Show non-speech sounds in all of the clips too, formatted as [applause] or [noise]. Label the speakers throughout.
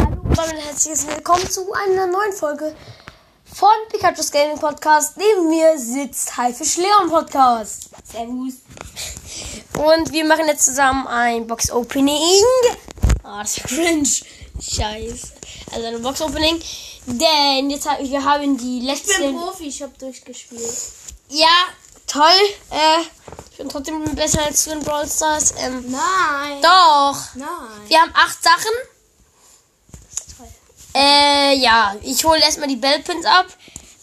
Speaker 1: und damit herzliches Willkommen zu einer neuen Folge von Pikachu's Gaming Podcast. Neben mir sitzt Haifisch Leon Podcast. Servus. Und wir machen jetzt zusammen ein Box Opening. Ah, das ist cringe. Scheiße. Also ein Box Opening. Denn jetzt haben wir haben die
Speaker 2: Ich bin
Speaker 1: letzten.
Speaker 2: Profi, ich hab durchgespielt.
Speaker 1: Ja, toll. Äh, ich bin trotzdem besser als du in Brawl Stars. Ähm,
Speaker 2: Nein.
Speaker 1: doch.
Speaker 2: Nein.
Speaker 1: Wir haben acht Sachen. Äh, ja, ich hole erstmal die Bellpins ab.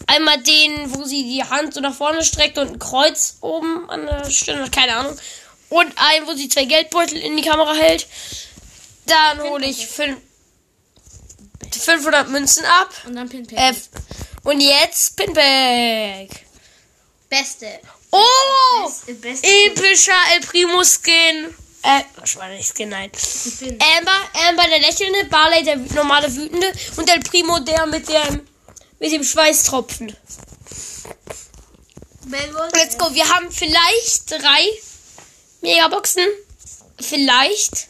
Speaker 1: Einmal den, wo sie die Hand so nach vorne streckt und ein Kreuz oben an der Stirn, keine Ahnung. Und einen, wo sie zwei Geldbeutel in die Kamera hält. Dann hole ich fünf, 500 Münzen ab.
Speaker 2: Und dann Pinpack.
Speaker 1: Äh, und jetzt Pinback.
Speaker 2: Beste.
Speaker 1: Oh!
Speaker 2: Beste. Beste.
Speaker 1: Epischer El Primo Skin. Äh, was war nicht Skin? Nein.
Speaker 2: Bin.
Speaker 1: Amber, Amber der lächelnde, Barley der normale wütende und der Primo der mit dem mit dem Schweißtropfen.
Speaker 2: Bellwood.
Speaker 1: Let's go. Wir haben vielleicht drei Megaboxen. Vielleicht.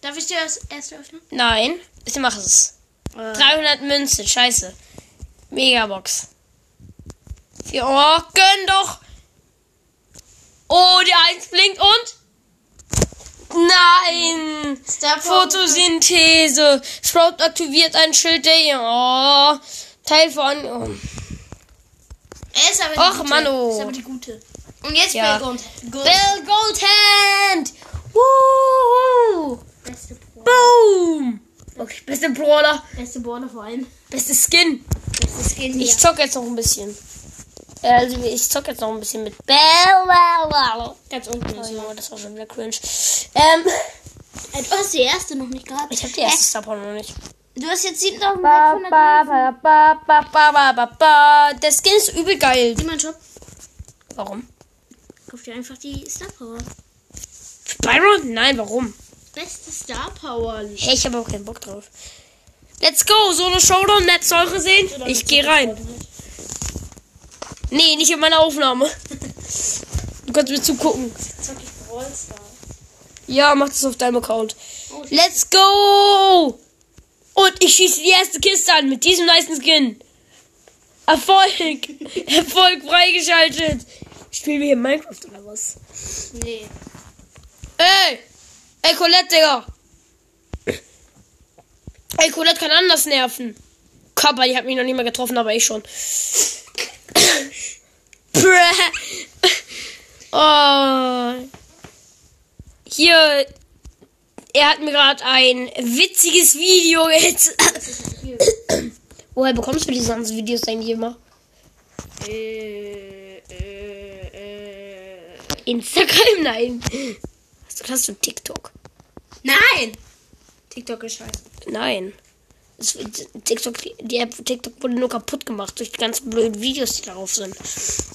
Speaker 2: Darf ich dir das erste öffnen?
Speaker 1: Nein. Ich mach es. Äh. 300 Münzen. Scheiße. Megabox. Vier- Oh, gönn doch. Oh, die Eins blinkt und. Nein.
Speaker 2: Star
Speaker 1: Photosynthese. Sprout aktiviert ein Schild der. Oh. Teil von. Oh.
Speaker 2: Er ist aber die
Speaker 1: Och,
Speaker 2: gute.
Speaker 1: Mann, oh.
Speaker 2: Ist aber die gute. Und jetzt
Speaker 1: Ja.
Speaker 2: Bellgold. Gold.
Speaker 1: Bill Goldhand! Woohoo!
Speaker 2: Beste Brawler.
Speaker 1: Boom! Okay, beste Brawler,
Speaker 2: Beste Brawler vor allem.
Speaker 1: beste Skin.
Speaker 2: Beste Skin hier.
Speaker 1: Ich zock jetzt noch ein bisschen. Äh, Also ich zock jetzt noch ein bisschen mit Bell. Ganz unten ist nur, das war schon wieder cringe. Ähm, [laughs]
Speaker 2: Äh, Du hast die erste noch nicht gehabt.
Speaker 1: ich hab die erste Star Power noch nicht.
Speaker 2: Äh, Du hast jetzt 7500
Speaker 1: Der Skin ist übel geil.
Speaker 2: Niemand Shop.
Speaker 1: Warum?
Speaker 2: Kauf dir einfach die Star Power.
Speaker 1: Für Byron? Nein, warum?
Speaker 2: Beste Star Power.
Speaker 1: Hey, ich habe auch keinen Bock drauf. Let's go, Solo Showdown, Netzsäure sehen. Ich gehe rein. Nee, nicht in meiner [laughs] Aufnahme. Du kannst mir zugucken.
Speaker 2: Zock ich Brawl Stars.
Speaker 1: Ja, mach das auf deinem Account.
Speaker 2: Oh, shit.
Speaker 1: Let's go! Und ich schieße die erste Kiste an mit diesem nice Skin. Erfolg! [laughs] Erfolg freigeschaltet! Spielen wir hier Minecraft oder was?
Speaker 2: Nee.
Speaker 1: Ey! Ey, Colette, Digga! Ey, Colette kann anders nerven. Kappa, die hat mich noch nicht mal getroffen, aber ich schon. [laughs] Brä. oh. Hier. Er hat mir gerade ein witziges Video jetzt. [coughs]
Speaker 2: Hier.
Speaker 1: Woher bekommst du diese ganzen Videos eigentlich immer?
Speaker 2: Äh, äh, äh.
Speaker 1: Instagram? Nein. Hast du, hast du TikTok?
Speaker 2: Nein! TikTok ist scheiße.
Speaker 1: Nein. Es, TikTok, die App von TikTok wurde nur kaputt gemacht durch die ganzen blöden Videos, die darauf sind.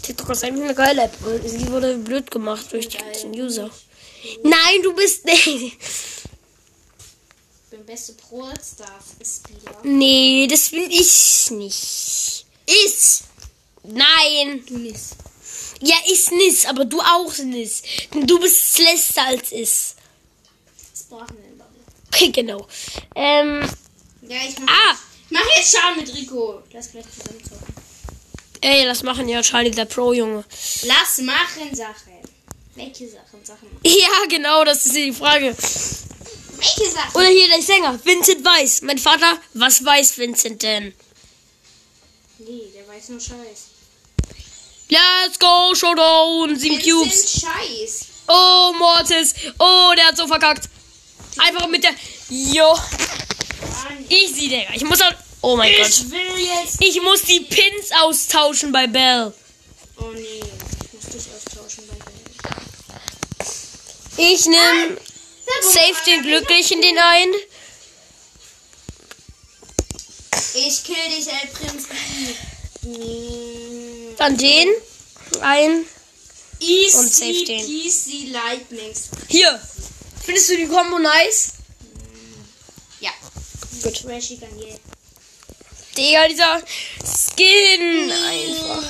Speaker 1: TikTok ist eigentlich eine geile App. und Sie wurde blöd gemacht durch die ganzen User. Nein, du bist [laughs] nicht.
Speaker 2: Ich bin beste Brawl Stars Spieler.
Speaker 1: Nee, das will ich nicht.
Speaker 2: Ist!
Speaker 1: Nein.
Speaker 2: Du nicht.
Speaker 1: Ja, ist nicht, aber du auch nicht. Denn Du bist das Letzte als ist.
Speaker 2: Sprachenländerin.
Speaker 1: [laughs] Okay, genau. Ähm,
Speaker 2: Ja, ich mach,
Speaker 1: ah,
Speaker 2: ich mach jetzt Schaden mit Rico. Lass gleich zusammenzocken.
Speaker 1: ey, lass machen ja Charlie der Pro, Junge. [laughs]
Speaker 2: Lass machen Sachen. Welche Sachen? Sachen machen.
Speaker 1: Ja, genau, das ist die Frage.
Speaker 2: Welche Sachen?
Speaker 1: Oder hier der Sänger, Vincent Weiß. Mein Vater, was weiß Vincent denn?
Speaker 2: nee, der weiß nur Scheiß.
Speaker 1: Let's go, Showdown, sieben Cubes.
Speaker 2: Vincent Scheiß.
Speaker 1: Oh, Mortis. Oh, der hat so verkackt. Einfach mit der... Jo,
Speaker 2: Mann.
Speaker 1: easy, Digga. Ich muss... auch- Oh mein Gott.
Speaker 2: Ich will jetzt.
Speaker 1: Ich muss die Pins austauschen bei Bell.
Speaker 2: Oh nee. Ich muss dich austauschen bei dir.
Speaker 1: Ich nehme safe den Glücklichen den ein.
Speaker 2: Ich kill dich, El Prinz. Mm.
Speaker 1: Dann den ein.
Speaker 2: Easy
Speaker 1: Und safe den.
Speaker 2: peasy Lightning. Speed.
Speaker 1: Hier. Findest du die Combo nice?
Speaker 2: Ja.
Speaker 1: Gut.
Speaker 2: Trashy Garnier.
Speaker 1: Digga, dieser Skin einfach.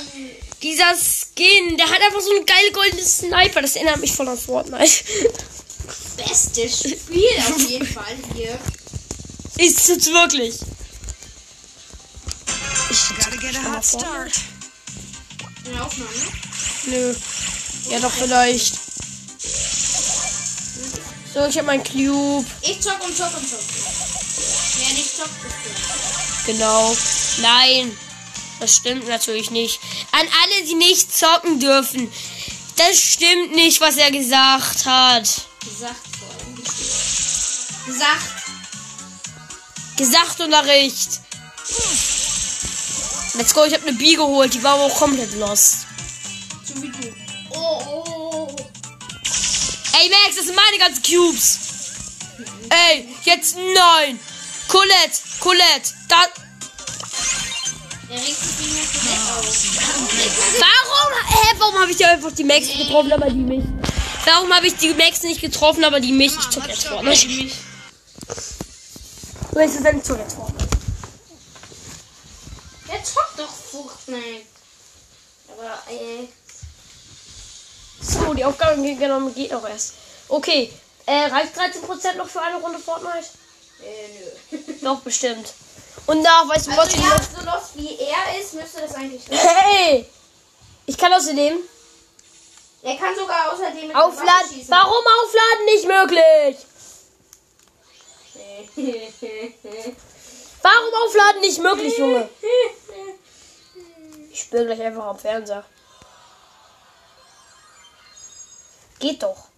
Speaker 1: Dieser Skin, der hat einfach so einen geil goldenen Sniper. Das erinnert mich voll an Fortnite. [laughs]
Speaker 2: Bestes Spiel auf jeden Fall hier.
Speaker 1: Ist es wirklich?
Speaker 3: get a
Speaker 1: Stell mal
Speaker 3: hot
Speaker 1: vor.
Speaker 3: start.
Speaker 2: Eine Aufnahme.
Speaker 1: Nö. Ja, doch vielleicht. So, ich habe meinen Cube.
Speaker 2: Ich zock und zock und zock. Wer nicht zockt, ist
Speaker 1: Genau. Nein. Das stimmt natürlich nicht. An alle, die nicht zocken dürfen. Das stimmt nicht, was er gesagt hat.
Speaker 2: dumm. Gesagt vor allem. Gesagt.
Speaker 1: Gesagt Unterricht. Let's go, ich habe eine B geholt. Die war aber auch komplett lost.
Speaker 2: So wie du. Oh, oh, oh.
Speaker 1: Ey, Max, das sind meine ganzen Cubes. Ey, jetzt nein. Colette, Colette, da,
Speaker 2: Er regt sich wegen dem Toilette
Speaker 1: Ah.
Speaker 2: auf.
Speaker 1: Warum? Hä, warum habe ich die einfach die Max getroffen, aber die mich? Warum habe ich die Max nicht getroffen, aber die mich? Ich zock jetzt Fortnite. Weißt du, dann zock jetzt Fortnite.
Speaker 2: Der zockt doch Fortnite. Aber, äh, ey.
Speaker 1: So, die Aufgabe genommen geht noch erst. Okay, äh, reicht 13% noch für eine Runde Fortnite?
Speaker 2: Äh, nö.
Speaker 1: Doch, bestimmt. Und nach, weißt du, was
Speaker 2: Also,
Speaker 1: ich
Speaker 2: ja,
Speaker 1: noch...
Speaker 2: so los wie er ist, müsste das eigentlich sein.
Speaker 1: Hey! Ich kann außerdem
Speaker 2: Er kann sogar außerdem mit
Speaker 1: aufladen.
Speaker 2: der Waffe
Speaker 1: Warum aufladen nicht möglich?
Speaker 2: schießen.
Speaker 1: Warum aufladen nicht möglich, Junge? Ich spiele gleich einfach am Fernseher. Geht doch.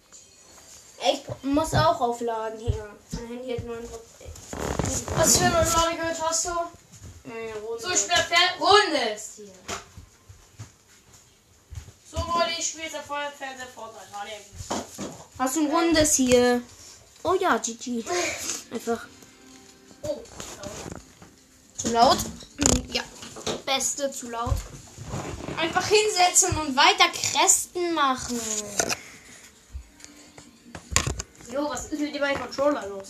Speaker 2: Ich muss auch aufladen hier. Mein Handy hat 9%. Äh,
Speaker 1: Was für eine Ladegerät hast du?
Speaker 2: Naja, Runde.
Speaker 4: So, ich spiele Fer Runde ist hier. So, Leute, ich spiele jetzt auf euer Fernseher Fortnite. Warte eben.
Speaker 2: Hast du ein rundes hier? Oh ja, GG. Einfach.
Speaker 4: Oh,
Speaker 2: Zu laut? Ja. Beste zu laut. Einfach hinsetzen und weiter Kresten machen.
Speaker 4: Jo, was ist mit dem meinem Controller los?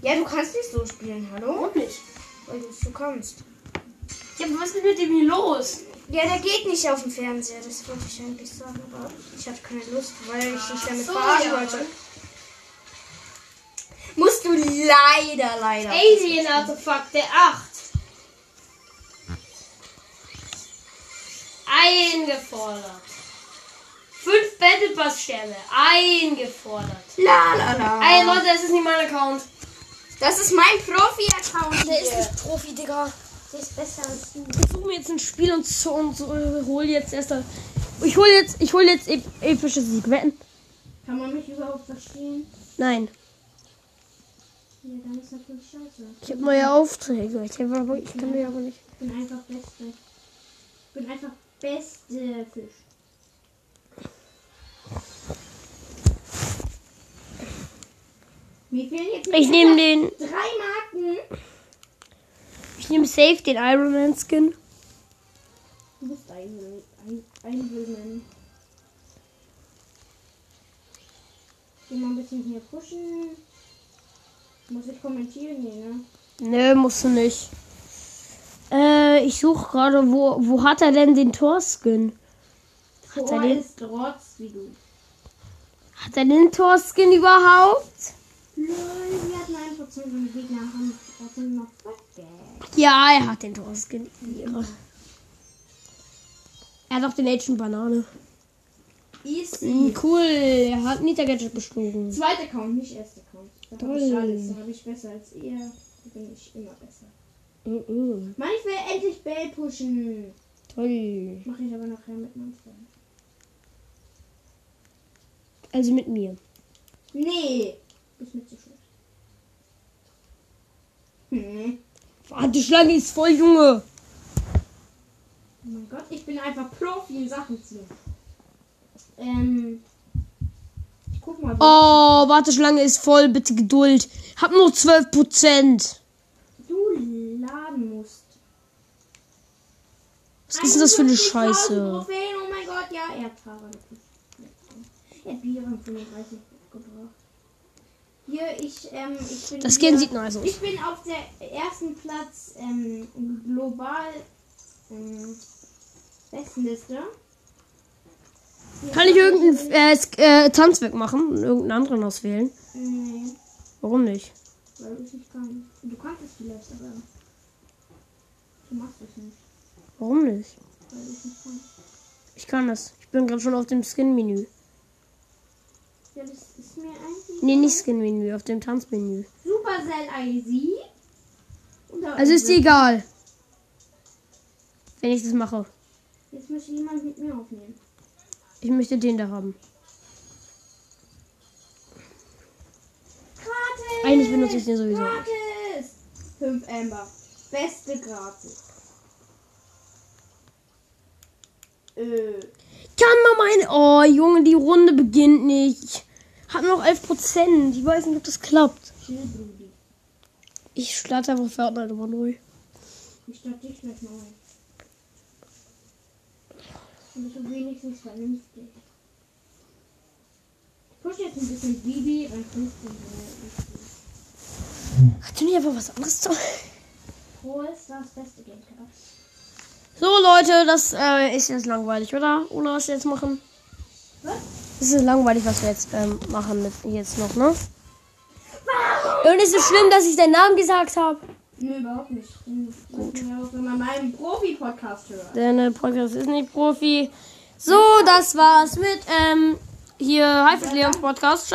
Speaker 2: Ja, du kannst nicht so spielen, hallo? Warum nicht? Weil du du kannst.
Speaker 4: Ja, aber was ist mit dem hier los?
Speaker 2: Ja, der geht nicht auf dem Fernseher, das wollte ich eigentlich sagen, aber ich hatte keine Lust, weil ich dich damit
Speaker 4: so,
Speaker 2: verarschen
Speaker 4: ja.
Speaker 2: wollte. Musst du leider, leider.
Speaker 4: Alien Artefakt, der 8. Eingefordert. 5 Battle Pass Sterne. Eingefordert.
Speaker 2: La la la.
Speaker 1: Ah.
Speaker 4: Ey, Leute, das ist nicht mein Account.
Speaker 2: Das ist mein Profi-Account.
Speaker 1: Der ist nicht Profi, Digga.
Speaker 2: Der ist besser als du.
Speaker 1: Ich suche mir jetzt ein Spiel und, so, und so,
Speaker 4: äh,
Speaker 1: hol jetzt erst mal- Ich hol jetzt, ich hol jetzt ep epische Sieg. Wetten?
Speaker 2: Kann man mich überhaupt verstehen?
Speaker 1: Nein.
Speaker 2: Ja, dann ist natürlich scheiße.
Speaker 1: Ich habe neue Aufträge. Ich, hab aber, ich kann mir aber nicht.
Speaker 2: Ich bin einfach Beste. Ich bin einfach beste Fisch. Mir fehlen jetzt
Speaker 1: Ich nehme den,
Speaker 2: drei Marken.
Speaker 1: ich nehme safe den Iron Man Skin.
Speaker 2: Du bist ein, ein, ein Willmann. Geh mal ein bisschen hier pushen. Muss ich kommentieren? Nee, ne?
Speaker 1: Nö, musst du nicht. Äh, ich suche gerade, wo, wo hat er denn den Tor-Skin? Hat er
Speaker 2: Boah,
Speaker 1: den,
Speaker 2: ist Rotz wie du.
Speaker 1: hat er den Tor-Skin überhaupt?
Speaker 2: Lol, wir hatten 1% von den Gegnern. haben- Da sind noch Flashbacks.
Speaker 1: Ja, er hat den Tor-Skin. Ja. Er hat auch den Agent Banane.
Speaker 2: Easy.
Speaker 1: Mhm, cool, er hat Nita Gadget bestogen.
Speaker 2: Zweiter Account, nicht erster Account. Da habe ich
Speaker 1: Toll.
Speaker 2: alles. Da habe ich besser als ihr. Da bin ich immer besser.
Speaker 1: Mhm,
Speaker 2: Mann, ich will endlich Bell pushen.
Speaker 1: toll.
Speaker 2: Mache ich aber nachher mit meinem Freund.
Speaker 1: Also mit mir.
Speaker 2: Nee. Ist mir zu schlecht. Hm.
Speaker 1: Warte, die Schlange ist voll, Junge.
Speaker 2: Oh mein Gott, ich bin einfach Profi in Sachen ziehen. Ähm. Ich guck mal. wo-
Speaker 1: Oh, Warteschlange ist voll, bitte Geduld. Hab nur 12%.
Speaker 2: Du laden musst.
Speaker 1: Was ist denn das für eine
Speaker 2: 51.000
Speaker 1: Scheiße?
Speaker 2: Trophäen, oh mein Gott, ja, er hat Fahrer gepusht. Er hat Bier und 35 gebraucht. Hier, ich, ähm, ich bin.
Speaker 1: Das
Speaker 2: hier-
Speaker 1: Skin sieht nice aus.
Speaker 2: Ich bin auf der ersten Platz, ähm, global, ähm, Bestenliste. Hier
Speaker 1: Kann ich irgendeinen äh, Sk- äh, Tanzwerk machen und irgendeinen anderen auswählen?
Speaker 2: Nee,
Speaker 1: Warum nicht?
Speaker 2: weil ich nicht kann. Du kannst es vielleicht, aber. Du machst es nicht.
Speaker 1: Warum nicht?
Speaker 2: Weil ich nicht kann.
Speaker 1: Ich kann das. Ich bin gerade schon auf dem Skin-Menü.
Speaker 2: Ja, das ist mir eigentlich.
Speaker 1: Nee, nicht Skin-Menü, auf dem Tanzmenü.
Speaker 2: Supercell Easy. Und da
Speaker 1: Also ist
Speaker 2: unten.
Speaker 1: dir egal. Wenn ich das mache.
Speaker 2: Jetzt möchte jemand mit mir aufnehmen.
Speaker 1: Ich möchte den da haben.
Speaker 2: Gratis!
Speaker 1: Eigentlich benutze ich den sowieso nicht.
Speaker 2: Gratis! 5 Amber. Beste Gratis. Äh,
Speaker 1: Kann man meine. Oh, Junge, die Runde beginnt nicht. Ich habe noch 11%. Ich weiß nicht, ob das klappt.
Speaker 2: Schildrudi.
Speaker 1: Ich starte einfach Fortnite aber neu.
Speaker 2: Ich starte dich gleich mal ein. Damit du wenigstens vernünftig. Ich push jetzt ein bisschen Bibi, dann kriegst du mehr.
Speaker 1: Hast du nicht einfach was anderes zu.
Speaker 2: Brawl ist das beste Gamecover.
Speaker 1: So, Leute, das äh, ist jetzt langweilig, oder? Ohne was wir jetzt machen.
Speaker 2: Was?
Speaker 1: Es ist langweilig, was wir jetzt ähm, machen mit jetzt noch, ne? Und ist es schlimm, dass ich deinen Namen gesagt habe?
Speaker 2: Nö, überhaupt nicht. Gut. Wenn man meinen Profi-Podcast hört.
Speaker 1: Denn äh, Podcast ist nicht Profi. So, das war's mit ähm, hier Haifisch Leons Podcast. Ciao.